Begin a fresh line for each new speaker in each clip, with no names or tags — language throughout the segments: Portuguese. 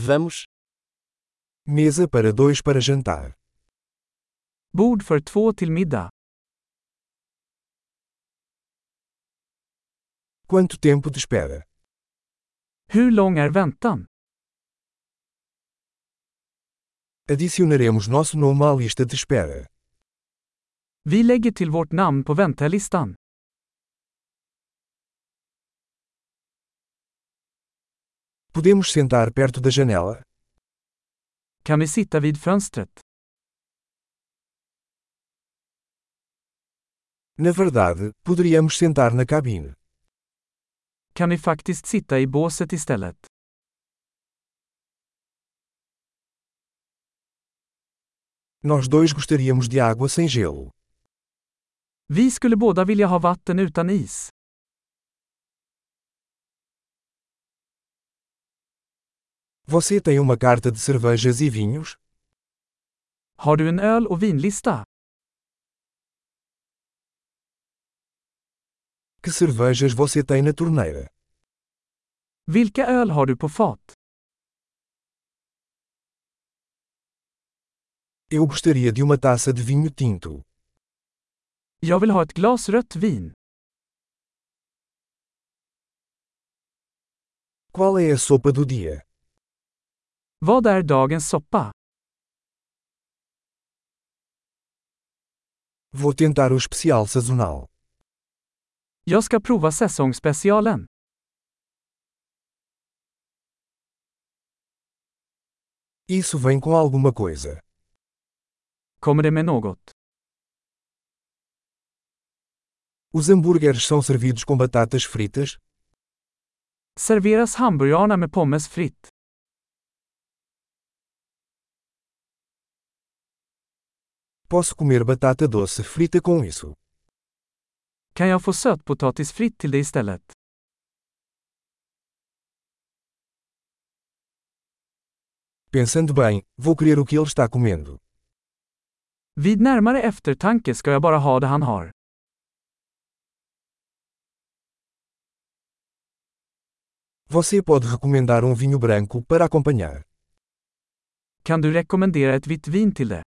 Vamos.
Mesa para dois para jantar.
Bord för två till middag.
Quanto tempo de espera?
Hur lång är väntan?
Adicionaremos nosso nome à lista de espera.
Vi lägger till vårt namn på väntelistan.
Podemos sentar perto da janela?
Kan vi sitta vid fönstret?
Na verdade, poderíamos sentar na cabine.
Kan vi faktiskt sitta i båset istället?
Nós dois gostaríamos de água sem gelo.
Vi skulle båda vilja ha vatten utan is.
Você tem uma carta de cervejas e vinhos?
Har du en öl och vinlista?
Que cervejas você tem na torneira?
Vilka öl har du på fat?
Eu gostaria de uma taça de vinho tinto.
Jag vill ha ett glas rött vin.
Qual é a sopa do dia?
Vad är dagens soppa?
Vou tentar o especial sazonal.
Jag ska prova säsongsspecialen.
Isso vem com alguma coisa.
Kommer det med något?
Os hambúrgueres são servidos com batatas fritas?
Serveras hamburgarna med pommes fritt?
Posso comer batata doce frita com isso?
Kan jag få sötpotatis fritt till det istället?
Pensando bem, vou querer o que ele está comendo.
Vid närmare eftertanke ska jag bara ha det han har.
Você pode recomendar um vinho branco para acompanhar.
Kan du rekommendera ett vitt vin till det?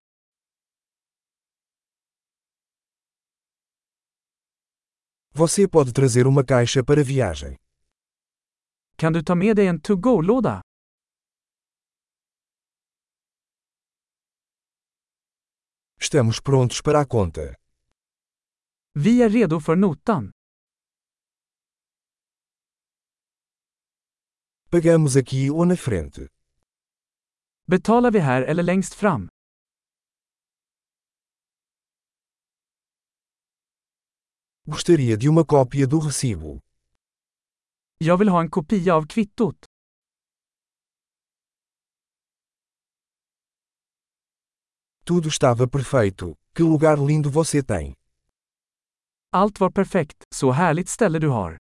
Você pode trazer uma caixa para viagem.
Kan du ta med dig en to-go-låda?
Estamos prontos para a conta.
Vi är redo för notan.
Pagamos aqui ou na frente.
Betalar vi här eller längst fram?
Gostaria de uma cópia do recibo.
Jag vill ha en kopia av kvittot.
Tudo estava perfeito. Que lugar lindo você tem!
Allt var perfekt, så härligt ställe du har.